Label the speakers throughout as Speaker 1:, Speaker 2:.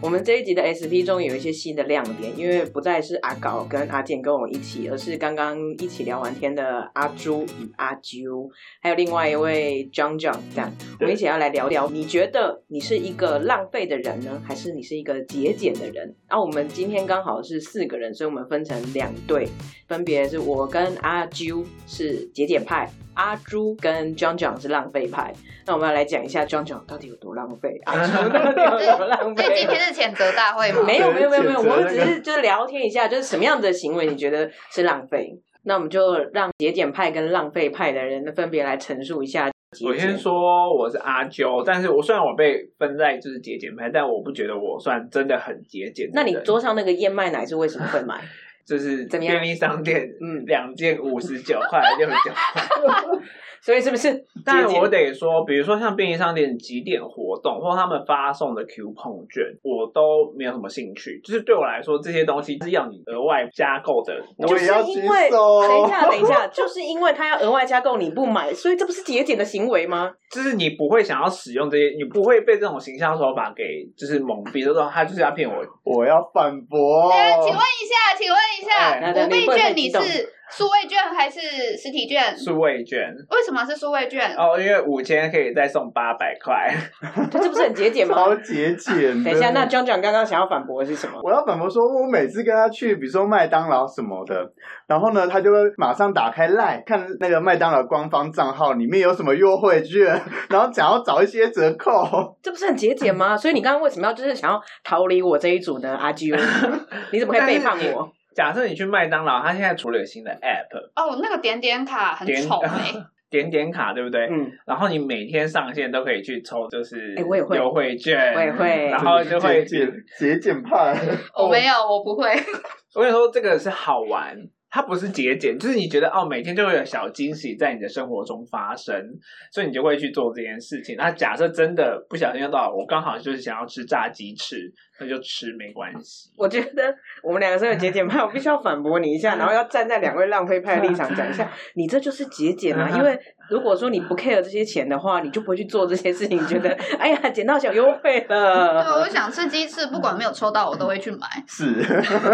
Speaker 1: 我们这一集的 SP 中有一些新的亮点，因为不再是阿搞跟阿健跟我一起，而是刚刚一起聊完天的阿朱与阿啾，还有另外一位 John John 这样，我们一起要来聊聊，你觉得你是一个浪费的人呢，还是你是一个节俭的人？啊，我们今天刚好是四个人，所以我们分成两队，分别是我跟阿啾是节俭派，阿朱跟 John John 是浪费派。那我们要来讲一下 John John 到底有多浪费，阿朱到底有多浪
Speaker 2: 所以哎今
Speaker 1: 费。
Speaker 2: 天是谴责大会吗？
Speaker 1: 没有没有没有没有，
Speaker 3: 谴责
Speaker 1: 我们
Speaker 3: 那个
Speaker 1: 只是就是聊天一下，就是什么样子的行为你觉得是浪费？那我们就让节俭派跟浪费派的人分别来陈述一下节
Speaker 3: 我
Speaker 1: 俭
Speaker 3: 先。说我是阿啾，但是我虽然我被分在就是节俭派，但我不觉得我算真的很节俭的人。
Speaker 1: 那你桌上那个燕麦奶是为什么会买？
Speaker 3: 就是
Speaker 1: 怎么样
Speaker 3: 便利商店
Speaker 1: 嗯，
Speaker 3: 两件五十九块六九块，
Speaker 1: 所以是不是？
Speaker 3: 但
Speaker 1: 节俭
Speaker 3: 我得说，比如说像便利商店几点活动或他们发送的 coupon 券，我都没有什么兴趣。就是对我来说，这些东西是要你额外加购的。
Speaker 1: 就
Speaker 4: 我
Speaker 1: 是
Speaker 4: 也要
Speaker 1: 因
Speaker 4: 举
Speaker 1: 为等一
Speaker 4: 手。
Speaker 1: 下，等一下， 就是因为他要额外加购，你不买，所以这不是节俭的行为吗？
Speaker 3: 就是你不会想要使用这些，你不会被这种行销手法给就是蒙蔽，就说他就是要骗我
Speaker 4: 我要反驳。
Speaker 2: 哎请问一下，请问
Speaker 3: 哎
Speaker 2: 一下，
Speaker 1: 那
Speaker 2: 五倍券
Speaker 1: 你
Speaker 2: 你
Speaker 1: 会不会
Speaker 2: 是数位券还是实体券？
Speaker 3: 数位券。
Speaker 2: 为什么是数位券？
Speaker 3: 哦，因为五千可以再送八百块，
Speaker 1: 这这不是很节俭吗？
Speaker 4: 超节俭的。
Speaker 1: 等一下，那 John John 刚刚想要反驳的是什么？
Speaker 4: 我要反驳说，我每次跟他去，比如说麦当劳什么的，然后呢，他就会马上打开 LINE 看那个麦当劳官方账号里面有什么优惠券， 然后想要找一些折扣。
Speaker 1: 这不是很节俭吗？所以你刚刚为什么要就是想要逃离我这一组呢？阿 G，你怎么可以背叛我？
Speaker 3: 假设你去麦当劳，它现在出了有新的 App
Speaker 2: 哦，那个点点卡很
Speaker 3: 点
Speaker 2: 丑哎、
Speaker 3: 点点卡，对不对？
Speaker 1: 嗯，
Speaker 3: 然后你每天上线都可以去抽，就是
Speaker 1: 哎我也会
Speaker 3: 优惠券，
Speaker 1: 我也会
Speaker 3: 然后就会
Speaker 4: 节俭节俭派，
Speaker 2: 我没有，我不会。
Speaker 3: 我跟你说，这个是好玩，它不是节俭，就是你觉得哦，每天就会有小惊喜在你的生活中发生，所以你就会去做这件事情。那假设真的不小心用到，我刚好就是想要吃炸鸡翅，那就吃没关系。
Speaker 1: 我觉得我们两个是有节俭派，我必须要反驳你一下，
Speaker 3: 嗯
Speaker 1: 然后要站在两位浪费派的立场讲一下，你这就是节俭
Speaker 3: 嗯
Speaker 1: 啊！因为如果说你不 care 这些钱的话，你就不会去做这些事情， 觉得哎呀捡到小优惠
Speaker 2: 对，
Speaker 3: 嗯
Speaker 1: 了，
Speaker 2: 我想吃鸡翅，不管没有抽到，我都会去买。
Speaker 4: 是，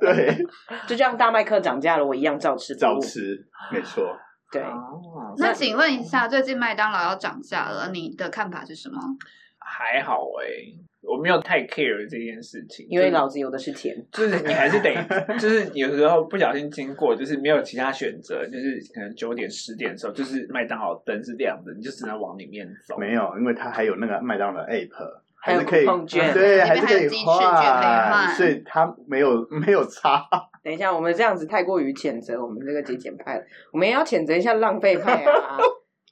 Speaker 4: 对，
Speaker 1: 就像大麦克涨价了，我一样照吃不误
Speaker 4: 早吃，没错。
Speaker 1: 对，
Speaker 3: 哦，
Speaker 2: 那请问一下，最近麦当劳要涨价了，你的看法是什么？
Speaker 3: 还好哎、我没有太 care 这件事情，
Speaker 1: 因为老子有的是钱。
Speaker 3: 就是你还是得， 就是有时候不小心经过，就是没有其他选择，就是可能九点十点的时候，就是麦当劳灯是亮的，你就只能往里面走。
Speaker 4: 没有，因为它还有那个麦当劳 app，还是
Speaker 1: 有
Speaker 4: 可以
Speaker 1: coupon 券
Speaker 4: 对，
Speaker 2: 里面
Speaker 4: 还是可
Speaker 2: 还有
Speaker 4: 以
Speaker 2: 鸡翅卷可以
Speaker 4: 换
Speaker 2: 换，
Speaker 4: 所以它没有没有差。
Speaker 1: 等一下，我们这样子太过于谴责我们这个节俭派了，我们也要谴责一下浪费派 啊！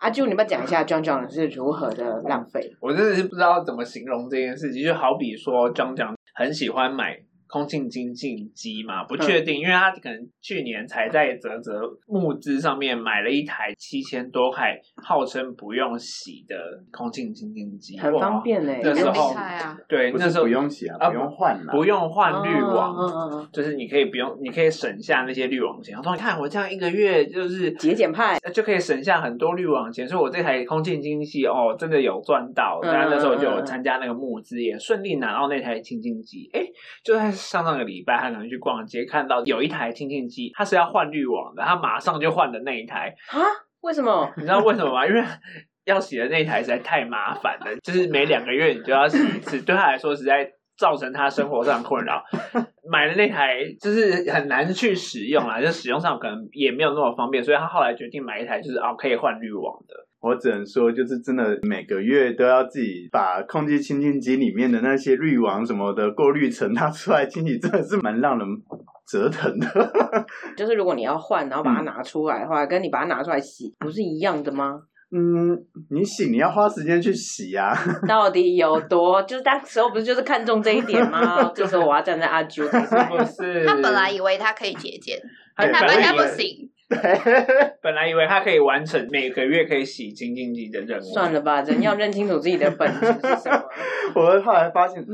Speaker 1: 阿啾，你要不要讲一下 John John 是如何的浪费？
Speaker 3: 我真的是不知道怎么形容这件事情，就好比说张张很喜欢买空气清净机嘛，不确
Speaker 1: 嗯
Speaker 3: 定，因为他可能去年才在泽泽募资上面买了一台七千多块，号称不用洗的空气清净机，
Speaker 1: 很
Speaker 3: 哇
Speaker 1: 方。便呢、欸
Speaker 3: 那
Speaker 2: 很
Speaker 3: 时
Speaker 2: 厉
Speaker 3: 候
Speaker 2: 害啊！
Speaker 3: 对，
Speaker 4: 不
Speaker 3: 那
Speaker 4: 是
Speaker 3: 时候
Speaker 4: 不用洗啊，
Speaker 3: 啊
Speaker 4: 不用换啦。
Speaker 3: 不用换滤网，
Speaker 1: 嗯嗯嗯
Speaker 3: 就是你可以不用，你可以省下那些滤网钱。他说：“你看我这样一个月就是
Speaker 1: 嗯，节俭派，
Speaker 3: 呃就可以省下很多滤网钱，所以我这台空气净机哦，真的有赚到。
Speaker 1: 嗯
Speaker 3: 那那时候就有参加那个募资，也顺利拿到那台清净机。哎，就在上上个礼拜，他可能去逛街看到有一台清净机，它是要换滤网的，他马上就换的那一台。
Speaker 1: 啊？为什 么？
Speaker 3: 你知道为什么吗？因为要洗的那一台实在太麻烦了，就是每两个月你就要洗一次，对他来说实在造成他生活上困扰。买了那台就是很难去使用啊啦，就使用上可能也没有那么方便，所以他后来决定买一台就是哦可以换滤网的。
Speaker 4: 我只能说，就是真的每个月都要自己把空气清净机里面的那些滤网什么的过滤层拿出来清洗，真的是蛮让人折腾 的。
Speaker 1: 就是如果你要换，然后把它拿出来的话，跟你把它拿出来洗，不是一样的吗？
Speaker 4: 嗯，你洗你要花时间去洗呀、啊，
Speaker 1: 到底有多？就是当时候不是就是看中这一点吗？这时候我要站在阿啾这一
Speaker 3: 是
Speaker 1: 边
Speaker 3: 不是？
Speaker 2: 他本来以为他可以节俭，
Speaker 3: 他
Speaker 4: 对
Speaker 2: 他
Speaker 3: 本
Speaker 2: 发
Speaker 3: 来
Speaker 2: 现
Speaker 3: 以
Speaker 2: 不
Speaker 3: 为
Speaker 2: 行，
Speaker 4: 对，
Speaker 3: 本来以为他可以完成每个月可以洗清净剂的任务，
Speaker 1: 算了吧，人要认清楚自己的本质是什么。
Speaker 4: 我后来发现，嗯，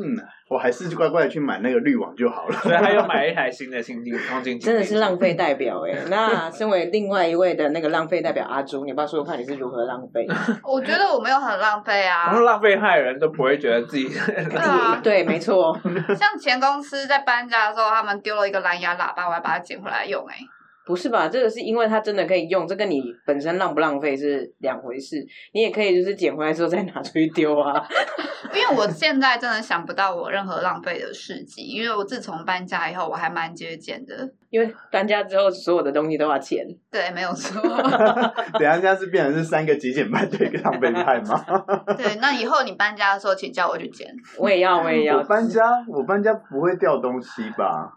Speaker 4: 我还是乖乖的去买那个滤网就好了。
Speaker 3: 所以他又买了一台新的清净空净机，
Speaker 1: 真的是浪费代表哎、那身为另外一位的那个浪费代表阿朱，你不要说说看你是如何浪费？
Speaker 2: 我觉得我没有很浪费
Speaker 3: 然
Speaker 2: 啊
Speaker 3: 后。浪费害人都不会觉得自己
Speaker 2: 对 啊，
Speaker 1: 对，没错，
Speaker 2: 像前公司在搬家的时候，他们丢了一个蓝牙喇叭，我还把它捡回来用、欸。哎，
Speaker 1: 不是吧？这个是因为它真的可以用，这跟你本身浪不浪费是两回事。你也可以就是捡回来之后再拿出去丢啊。
Speaker 2: 因为我现在真的想不到我任何浪费的事迹，因为我自从搬家以后，我还蛮节俭的。
Speaker 1: 因为搬家之后所有的东西都要钱，
Speaker 2: 对，没有错。
Speaker 4: 等一下现在是变成是三个极简派对一个浪费派吗？
Speaker 2: 对，那以后你搬家的时候，请叫我去捡。
Speaker 1: 我也要，我也要
Speaker 4: 我。搬家，我搬家不会掉东西吧？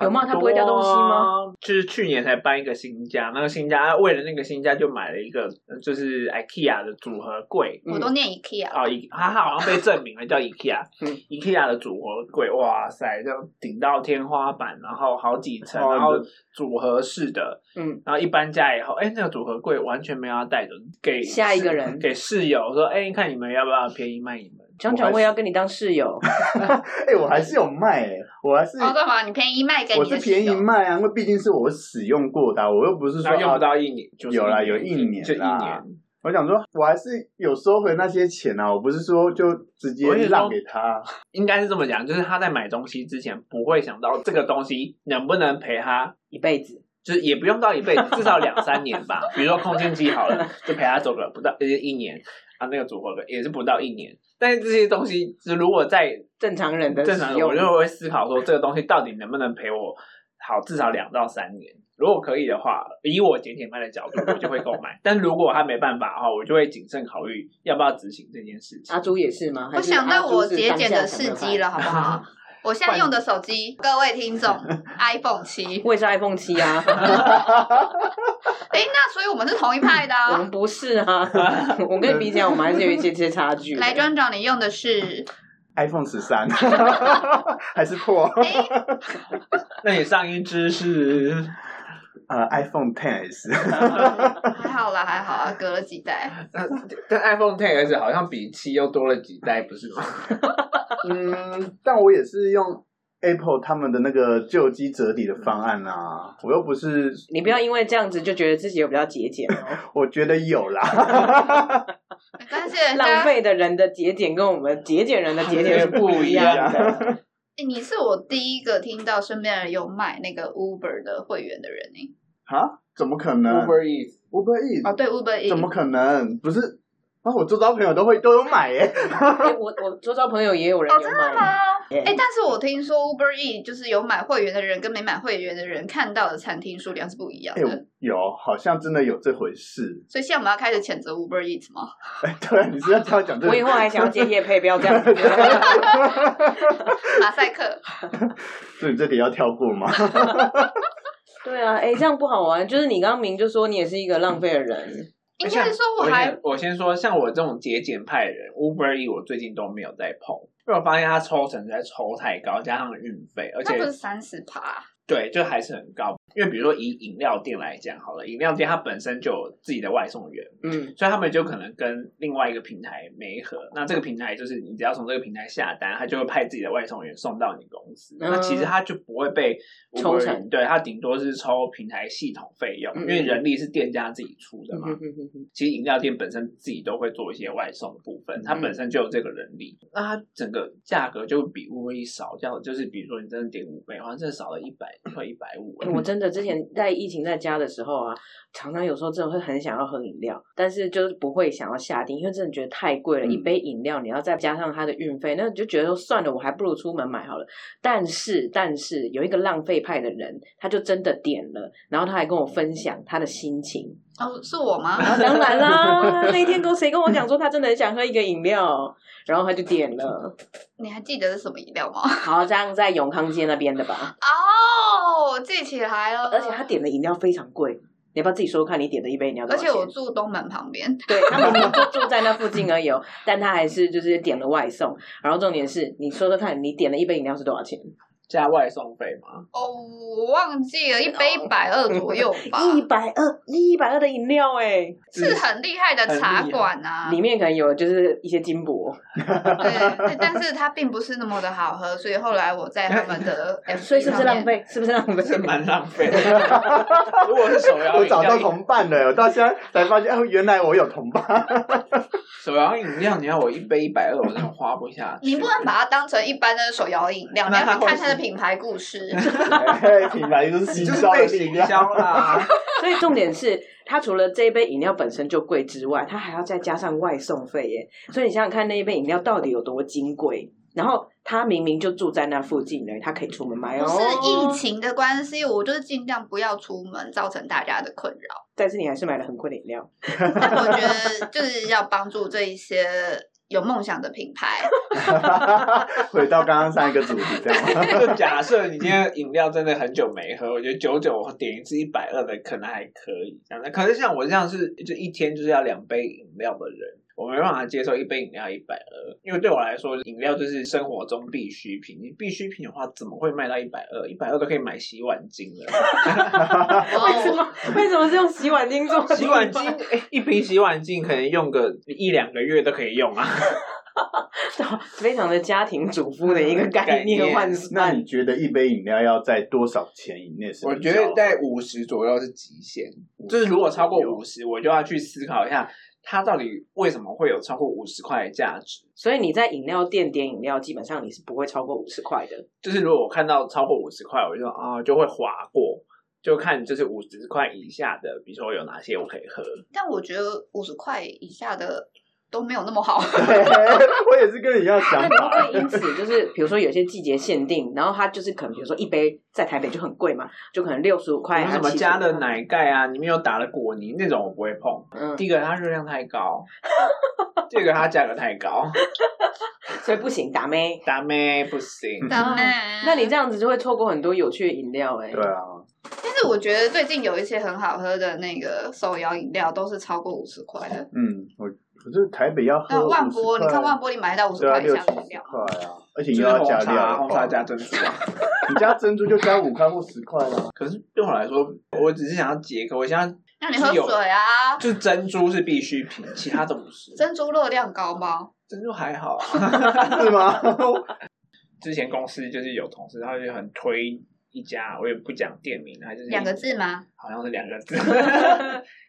Speaker 1: 有吗他不会掉东西吗
Speaker 3: 很多？就是去年才搬一个新家，那个新家啊为了那个新家就买了一个呃就是 IKEA 的组合柜。
Speaker 1: 嗯
Speaker 2: 我都念 IKEA，、
Speaker 3: 哦，一它好像被证 明了叫 IKEA，IKEA、
Speaker 1: 嗯
Speaker 3: IKEA 的组合柜，哇塞，这样顶到天花板，然后好几层，
Speaker 4: 哦
Speaker 3: 然后组合式的，
Speaker 1: 嗯，
Speaker 3: 然后一搬家以后，哎，那个组合柜完全没有要带走，给
Speaker 1: 下一个人
Speaker 3: 给室友说，哎，看你们要不要便宜卖你们。
Speaker 1: 强强，
Speaker 4: 我还是
Speaker 1: 我也要跟你当室友。
Speaker 4: 哎、我还是有卖、哎，我还是、
Speaker 2: 哦，对嘛，你便宜卖给
Speaker 4: 我
Speaker 2: 你
Speaker 4: 是
Speaker 2: 的
Speaker 4: 便
Speaker 2: 室
Speaker 4: 宜
Speaker 2: 友。
Speaker 4: 卖啊，因为毕竟是我使用过的啊、我又不是说
Speaker 3: 然后用不
Speaker 4: 啊
Speaker 3: 到一年，就是
Speaker 4: 有啦
Speaker 3: 一
Speaker 4: 有一年
Speaker 3: 就一
Speaker 4: 啦
Speaker 3: 年。
Speaker 4: 我想说，我还是有收回那些钱啊，我不是说就直接
Speaker 3: 我也说
Speaker 4: 让给他。
Speaker 3: 应该是这么讲，就是他在买东西之前不会想到这个东西能不能陪他，
Speaker 1: 一辈子，
Speaker 3: 就是也不用到一辈子，至少两三年吧。比如说空间机好了，就陪他走个不到呃一年啊，那个组合的也是不到一年。但是这些东西，如果在
Speaker 1: 正常人的
Speaker 3: 正
Speaker 1: 使
Speaker 3: 常，
Speaker 1: 用
Speaker 3: 我就会思考说，这个东西到底能不能陪我好至少两到三年。如果可以的话，以我节俭卖的角度，我就会购买。但如果他没办法的话，我就会谨慎考虑要不要执行这件事情
Speaker 1: 阿。朱也啊是吗？
Speaker 2: 我想到我节俭的事迹
Speaker 1: 迹。
Speaker 2: 了，好不好？我现在用的手机，各位听众，iPhone 七。
Speaker 1: 我也是 iPhone 七 啊，
Speaker 2: 哎，那所以我们是同一派的
Speaker 1: 我们
Speaker 2: 啊。
Speaker 1: 不是啊，我跟你比起来，我们还是有一些些差距的。
Speaker 2: 来，庄长，你用的是？
Speaker 4: iPhone 十 三还是破？
Speaker 2: 哎，
Speaker 3: 那你上一支是？
Speaker 4: 呃，iPhone Ten S，
Speaker 2: 还好啦，还好啊，隔了几代。
Speaker 3: 那呃但 iPhone Ten S 好像比七又多了几代，不是吗？
Speaker 4: 嗯，但我也是用 Apple 他们的那个旧机折抵的方案啊，我又不是，
Speaker 1: 你不要因为这样子就觉得自己有比较节俭哦，
Speaker 4: 我觉得有啦，
Speaker 2: 没关系，人
Speaker 1: 浪
Speaker 2: 家
Speaker 1: 费的人的节俭跟我们节俭人的节俭是不一样的。
Speaker 2: 诶哎你是我第一个听到身边人有买那个 Uber 的会员的人诶。
Speaker 4: 啊，怎么可能
Speaker 3: Uber Eats，
Speaker 4: Uber E
Speaker 2: 哦，对，Uber
Speaker 4: 怎么
Speaker 2: E。
Speaker 4: 可能？不是啊，我周遭朋友都会都有买耶、
Speaker 1: 哎我我周遭朋友也有人
Speaker 2: 哦，
Speaker 1: 有
Speaker 2: 真的
Speaker 1: 买，
Speaker 2: 吗？
Speaker 1: 耶
Speaker 2: 哎，但是我听说 Uber E 就是有买会员的人跟没买会员的人看到的餐厅数量是不一样
Speaker 4: 哎、
Speaker 2: 的，
Speaker 4: 有，好像真的有这回事。
Speaker 2: 所以现在我们要开始谴责 Uber E 吗？
Speaker 4: 哎， 对，你是要这样讲这
Speaker 1: 我以
Speaker 4: 个？
Speaker 1: 后还想要接夜配，不要这样 子。
Speaker 2: 马 赛克，
Speaker 4: 所以你这里要跳过吗？
Speaker 1: 对啊，哎，这样不好玩。就是你刚刚明就说你也是一个浪费的人，
Speaker 2: 应该是说我
Speaker 1: 哎
Speaker 2: 还
Speaker 3: 先哎我先说，像我这种节俭派的人，Uber E 我最近都没有在碰，因为我发现它抽成实在抽太高，加上运费，而
Speaker 2: 那
Speaker 3: 且
Speaker 2: 不是三十趴，
Speaker 3: 对，就还是很高。因为比如说以饮料店来讲好了，饮料店它本身就有自己的外送员，
Speaker 1: 嗯，
Speaker 3: 所以他们就可能跟另外一个平台没合。那这个平台就是你只要从这个平台下单，他就会派自己的外送员送到你公司。
Speaker 1: 嗯
Speaker 3: 那其实他就不会被
Speaker 1: 抽成
Speaker 3: Uber- 对他顶多是抽平台系统费用，
Speaker 1: 嗯
Speaker 3: 因为人力是店家自己出的嘛。
Speaker 1: 嗯
Speaker 3: 其实饮料店本身自己都会做一些外送的部分，它
Speaker 1: 嗯
Speaker 3: 本身就有这个人力，那它整个价格就比 Uber 一少，这样就是比如说你真的点五倍，好像真的少了一百块一百五。
Speaker 1: 欸我真的之前在疫情在家的时候啊，常常有时候真的会很想要喝饮料，但是就是不会想要下定，因为真的觉得太贵了，
Speaker 3: 嗯
Speaker 1: 一杯饮料你要再加上它的运费，那你就觉得说算了，我还不如出门买好了。但是但是有一个浪费派的人，他就真的点了，然后他还跟我分享他的心情。
Speaker 2: 哦，是我吗？
Speaker 1: 当然啦，那一天跟谁跟我讲说他真的很想喝一个饮料，然后他就点了，
Speaker 2: 你还记得是什么饮料吗？
Speaker 1: 好像在永康街那边的吧，
Speaker 2: 哦，我记起来了，
Speaker 1: 而且他点的饮料非常贵。你要不要自己说说看，你点的一杯饮料多
Speaker 2: 而
Speaker 1: 少
Speaker 2: 且
Speaker 1: 钱？
Speaker 2: 我住东门旁边，
Speaker 1: 对他明明就住在那附近而已、哦，但他还是就是点了外送。然后重点是，你说说看，你点了一杯饮料是多少钱？
Speaker 3: 加外送费吗？
Speaker 2: 哦，我忘记了，一杯一百二左右吧，
Speaker 1: 哦 一百二一百二的饮料哎、
Speaker 2: 是很厉害的茶馆啊。
Speaker 1: 里面可能有就是一些金箔，
Speaker 2: 对，但是它并不是那么的好喝，所以后来我在他 们的 FB
Speaker 1: 所以是不是
Speaker 2: 上
Speaker 1: 浪
Speaker 2: 面？
Speaker 1: 费？是不是浪费？
Speaker 3: 是 蛮浪 费的。如果是手摇
Speaker 4: 我
Speaker 3: 饮料，
Speaker 4: 找到同伴了，我到现在才发现，哦，原来我有同伴。
Speaker 3: 手摇饮料，你要我一杯一百二，我真的花不下去。
Speaker 2: 你不能把它当成一般的手摇饮料，你
Speaker 3: 那
Speaker 2: 要
Speaker 3: 它
Speaker 2: 去
Speaker 3: 会
Speaker 2: 看它的品牌故事。
Speaker 4: 嘿品牌就是
Speaker 3: 哎你
Speaker 4: 行
Speaker 3: 就是
Speaker 4: 销的
Speaker 3: 被
Speaker 4: 力
Speaker 3: 行
Speaker 4: 量。
Speaker 3: 销 啦。
Speaker 1: 所以重点是，它除了这一杯饮料本身就贵之外，它还要再加上外送费耶。所以你想想看，那一杯饮料到底有多金贵？然后他明明就住在那附近呢，他可以出门买哦。
Speaker 2: 不是疫，情的关系，我就是尽量不要出门，造成大家的困扰。
Speaker 1: 但是你还是买了很贵的饮料。
Speaker 2: 但我觉得就是要帮助这一些有梦想的品 牌，
Speaker 4: 回到刚刚上一个主题，这样吗
Speaker 3: 就假设你今天饮料真的很久没喝，我觉得九九点一次一百二的可能还可以这样的。可是像我这样是就一天就是要两杯饮料的人。我没办法接受一杯饮料一百二，因为对我来说，饮料就是生活中必需品。你必需品的话，怎么会卖到一百二？一百二都可以买洗碗巾 了。
Speaker 1: 为什
Speaker 2: 哦
Speaker 1: 么？为什么是用洗碗巾做？
Speaker 3: 洗碗巾，哎一瓶洗碗巾可能用个一两个月都可以用啊。
Speaker 1: 非常的家庭主妇的一个概
Speaker 3: 概
Speaker 1: 念
Speaker 3: 念嗯
Speaker 1: 换
Speaker 4: 那
Speaker 1: 算
Speaker 4: 你。觉得一杯饮料要在多少钱以内是
Speaker 3: 我
Speaker 4: 比
Speaker 3: 觉
Speaker 4: 较？
Speaker 3: 得在五十左右是极限，就是如果超过五十，我就要去思考一下，它到底为什么会有超过五十块的价值。
Speaker 1: 所以你在饮料店点饮料，基本上你是不会超过五十块的。
Speaker 3: 就是如果我看到超过五十块，我就啊、就会划过，就看就是五十块以下的，比如说有哪些我可以喝。
Speaker 2: 但我觉得五十块以下的都没有那么好。
Speaker 4: 对， 我也是跟你一样想
Speaker 1: 那你
Speaker 4: 法。
Speaker 1: 会因此就是，比如说有些季节限定，然后它就是可能，比如说一杯在台北就很贵嘛，就可能六十五块
Speaker 3: 有
Speaker 1: 啊，
Speaker 3: 什么
Speaker 1: 75
Speaker 3: 加的
Speaker 1: 块，
Speaker 3: 奶盖啊，里面有打了果泥那种我不会碰。
Speaker 1: 嗯，
Speaker 3: 第一个它热量太 高，第二个它价格太高，
Speaker 1: 所以不行，打妹。
Speaker 3: 达咩不 行。
Speaker 2: 当
Speaker 1: 那你这样子就会错过很多有趣的饮料哎、
Speaker 4: 对啊，
Speaker 2: 但是我觉得最近有一些很好喝的那个手摇饮料都是超过五十块的。
Speaker 4: 嗯，我可是台北要喝
Speaker 2: 那万
Speaker 4: 50
Speaker 2: 波，你看
Speaker 4: 块
Speaker 2: 万波，你买得到五十
Speaker 4: 对啊，
Speaker 2: 块以
Speaker 4: 六
Speaker 2: 下
Speaker 4: 七
Speaker 2: 的饮
Speaker 4: 十
Speaker 2: 料吗，
Speaker 4: 块啊，而且
Speaker 3: 就
Speaker 4: 又
Speaker 3: 是
Speaker 4: 要
Speaker 3: 红
Speaker 4: 加
Speaker 3: 茶，
Speaker 4: 料，哦
Speaker 3: 红茶加珍珠啊。
Speaker 4: 你加珍珠就加五块或十块啦。
Speaker 3: 可是对我来说，我只是想要解渴。我现在
Speaker 2: 那你喝水啊？
Speaker 3: 就是珍珠是必需品，其他都不是。
Speaker 2: 珍珠热量高吗？
Speaker 3: 珍珠还好 啊。
Speaker 4: 是吗？
Speaker 3: 之前公司就是有同事，他就很推一家，我也不讲店名，他就是
Speaker 2: 两个，字吗？
Speaker 3: 好像是两个 字，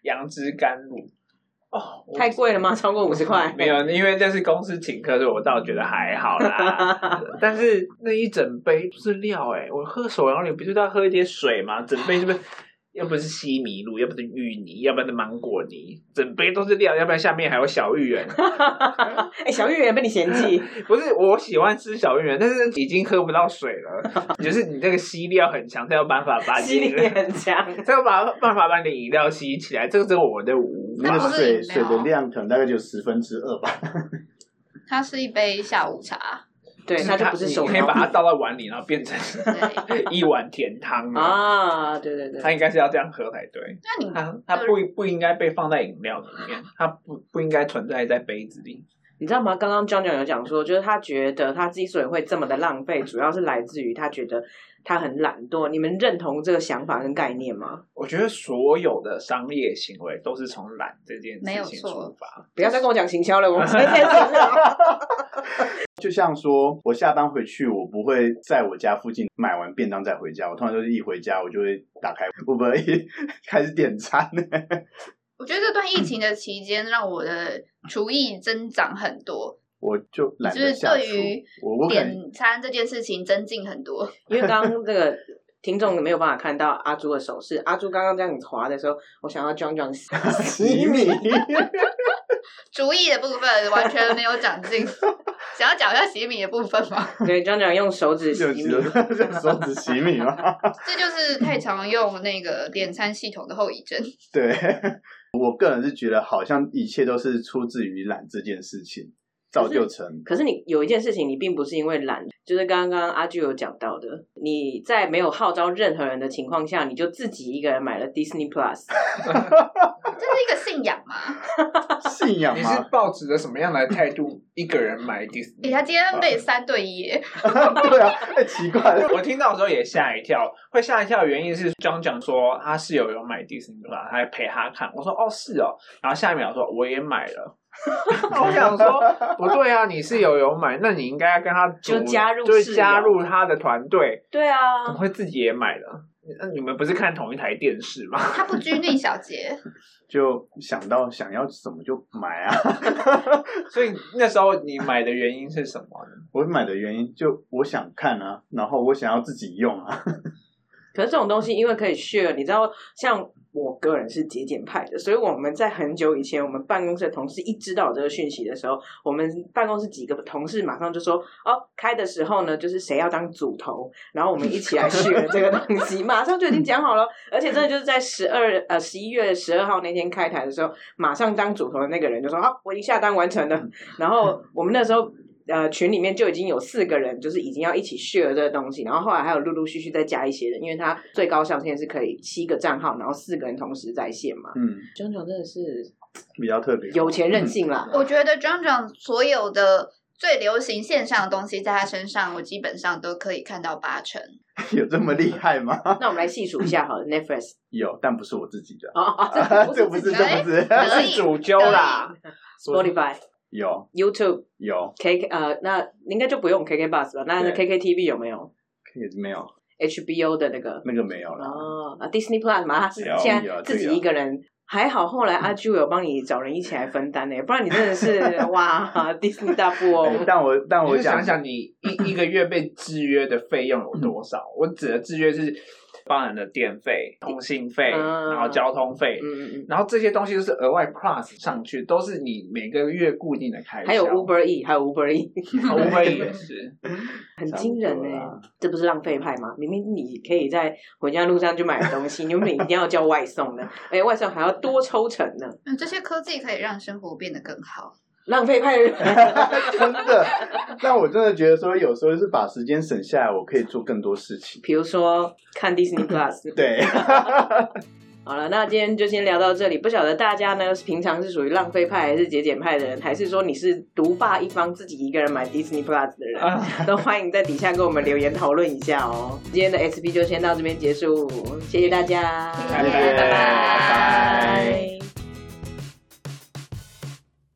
Speaker 3: 杨枝甘露。哦，我
Speaker 1: 太贵了吗？超过五十块？
Speaker 3: 没，有，因为这是公司请客，所以我倒觉得还好 啦。但是那一整杯不是料哎、我喝手摇饮不就要喝一点水吗？整杯是不是？要不是西米露，要不是芋泥，要不然是芒果泥，整杯都是料，要不然下面还有小芋圆。
Speaker 1: 哎、小芋圆被你嫌 弃，
Speaker 3: 不是我喜欢吃小芋圆，但是已经喝不到水 了，就是你这个吸力要很强，才有办法把
Speaker 1: 吸
Speaker 3: 你
Speaker 1: 力
Speaker 3: 的，
Speaker 1: 很强。
Speaker 3: 才有把办法把你的饮料吸起来。这个真的我的无
Speaker 2: 那
Speaker 4: 那
Speaker 2: 不
Speaker 4: 个
Speaker 2: 是
Speaker 4: 水
Speaker 2: 饮
Speaker 4: 水
Speaker 2: 料
Speaker 4: 的量可能大概就十分之二吧。
Speaker 2: 它是一杯下午 茶。
Speaker 1: 对，
Speaker 3: 是
Speaker 1: 那就
Speaker 3: 它
Speaker 1: 不是
Speaker 3: 你
Speaker 1: 手
Speaker 3: 可以把它
Speaker 1: 摇
Speaker 3: 倒到碗里，然后变成
Speaker 2: 对，那
Speaker 3: 一碗甜汤 啊。
Speaker 1: 啊，对对对
Speaker 3: 它。应该是要这样喝才对，
Speaker 2: 你
Speaker 3: 它它不不应该被放在饮料里面，它不不应该存在在杯子里。
Speaker 1: 你知道吗？刚刚江江有讲说，就是他觉得他之所以会这么的浪费，主要是来自于他觉得他很懒惰。你们认同这个想法跟概念吗？
Speaker 3: 我觉得所有的商业行为都是从懒这件
Speaker 2: 没有
Speaker 3: 事情
Speaker 2: 错
Speaker 3: 出发。
Speaker 1: 不要再跟我讲行销了，我们今天讲了
Speaker 4: 就像说，我下班回去，我不会在我家附近买完便当再回家，我通常就是一回家，我就会打开 Uber Eats，开始点餐。
Speaker 2: 我觉得这段疫情的期间，让我的厨艺增长很多，
Speaker 4: 我就懒
Speaker 2: 就是
Speaker 4: 得下厨
Speaker 2: 对于，
Speaker 4: 我我可能
Speaker 2: 点餐这件事情增进很多。
Speaker 1: 因为刚刚这个听众没有办法看到阿朱的手势，阿朱刚刚这样子滑的时候，我想要装装
Speaker 4: 洗米，
Speaker 2: 厨艺的部分完全没有长 进，想要讲一下洗米的部分吗？
Speaker 1: 对，装装用手指洗
Speaker 4: 就
Speaker 1: 米
Speaker 4: 洗，就手指洗米嘛。
Speaker 2: 这就是太常用那个点餐系统的后遗症。
Speaker 4: 对，我个人是觉得好像一切都是出自于懒这件事情造就成。
Speaker 1: 可是你有一件事情，你并不是因为懒，就是刚刚阿巨有讲到的，你在没有号召任何人的情况下，你就自己一个人买了 Disney Plus，
Speaker 2: 这是一个信仰嘛？
Speaker 4: 信仰
Speaker 3: 你是
Speaker 4: 吗？
Speaker 3: 抱持着什么样的态度一个人买 Disney？
Speaker 2: 哎，他今天被三对一耶，
Speaker 4: 对啊，太奇怪了。
Speaker 3: 我听到的时候也吓一跳，会吓一跳的原因是张讲说他室友有买 Disney 嘛，还陪他看。我说哦是哦，然后下一秒说我也买 了。我想说不对啊，你室友有买，那你应该跟他组
Speaker 1: 就加入
Speaker 3: 就
Speaker 1: 室友
Speaker 3: 加入他的团队，
Speaker 1: 对
Speaker 3: 怎么
Speaker 1: 啊，
Speaker 3: 会自己也买了？那你们不是看同一台电视吗？
Speaker 2: 他不拘泥小节，
Speaker 4: 就想到想要什么就买啊！
Speaker 3: 所以那时候你买的原因是什么呢？
Speaker 4: 我买的原因就我想看啊，然后我想要自己用啊。
Speaker 1: 可是这种东西因为可以 share，你知道，像我个人是节俭派的，所以我们在很久以前，我们办公室的同事一知道有这个讯息的时候，我们办公室几个同事马上就说：“哦，开的时候呢，就是谁要当组头，然后我们一起来 share 这个东西。”马上就已经讲好了，而且真的就是在十二呃十一月十二号那天开台的时候，马上当组头的那个人就说：“哦好，我已经下单完成了。”然后我们那时候。呃，群里面就已经有四个人，就是已经要一起 share 这个东西，然后后来还有陆陆续续再加一些人，因为它最高上限是可以七个账号，然后四个人同时在线嘛。
Speaker 4: 嗯，
Speaker 1: 炯炯真的是
Speaker 4: 比较特别。
Speaker 1: 有钱
Speaker 4: 嗯
Speaker 1: 任性啦，
Speaker 2: 我觉得 John John 所有的最流行线上的东西，在他身上我基本上都可以看到八成。
Speaker 4: 有这么厉害吗？
Speaker 1: 那我们来细数一下好了，Netflix
Speaker 4: 有，但不是我自己的。
Speaker 1: 啊
Speaker 4: 这不是， 这不是。
Speaker 2: 可以
Speaker 3: 是主揪啦，
Speaker 1: ，Spotify、
Speaker 4: 有
Speaker 1: YouTube、
Speaker 4: 有，
Speaker 1: KK 呃，那应该就不用 KK Bus 了，那
Speaker 4: 对
Speaker 1: KKTV 有没有
Speaker 4: 可以没有
Speaker 1: HBO 的那个？
Speaker 4: 那个没有了。
Speaker 1: 哦，啊，Disney Plus 嘛，他是
Speaker 4: 有
Speaker 1: 现
Speaker 4: 有
Speaker 1: 在
Speaker 4: 这
Speaker 1: 自己
Speaker 4: 个
Speaker 1: 一个人。还好后来阿 Q 有帮你找人一起来分 担呢、不然你真的是哇，Disney 大富
Speaker 4: 哎
Speaker 1: 翁。
Speaker 4: 但我但
Speaker 3: 我
Speaker 4: 我
Speaker 3: 想想，哦你 一一个月被制约的费用有多少？我指的制约是帮人的电费、通信费，
Speaker 1: 嗯
Speaker 3: 然后交通费，
Speaker 1: 嗯嗯
Speaker 3: 然后这些东西都是额外 plus 上去，都是你每个月固定的
Speaker 1: 嗯，
Speaker 3: 开销。哦
Speaker 1: 还有 Uber E，还有 Uber E，
Speaker 3: Uber 也是，
Speaker 1: 很惊人
Speaker 4: 差不
Speaker 1: 哎、
Speaker 4: 多啦
Speaker 1: 这不是浪费派吗？明明你可以在回家路上就买东西，你们一定要叫外送的，哎、外送还要多抽成 呢，
Speaker 2: 嗯，这些科技可以让生活变得更好。
Speaker 1: 浪费派的人
Speaker 4: 真的，但我真的觉得说，有时候是把时间省下来，我可以做更多事情。
Speaker 1: 比如说看 Disney Plus，
Speaker 4: 对，
Speaker 1: 好了，那今天就先聊到这里。不晓得大家呢，平常是属于浪费派还是节俭派的人，还是说你是独霸一方，自己一个人买 Disney Plus 的人，
Speaker 3: 啊
Speaker 1: 都欢迎在底下跟我们留言讨论一下哦。今天的 SP 就先到这边结束，谢谢大家，
Speaker 2: 谢谢
Speaker 3: 拜拜
Speaker 2: 拜
Speaker 1: 拜拜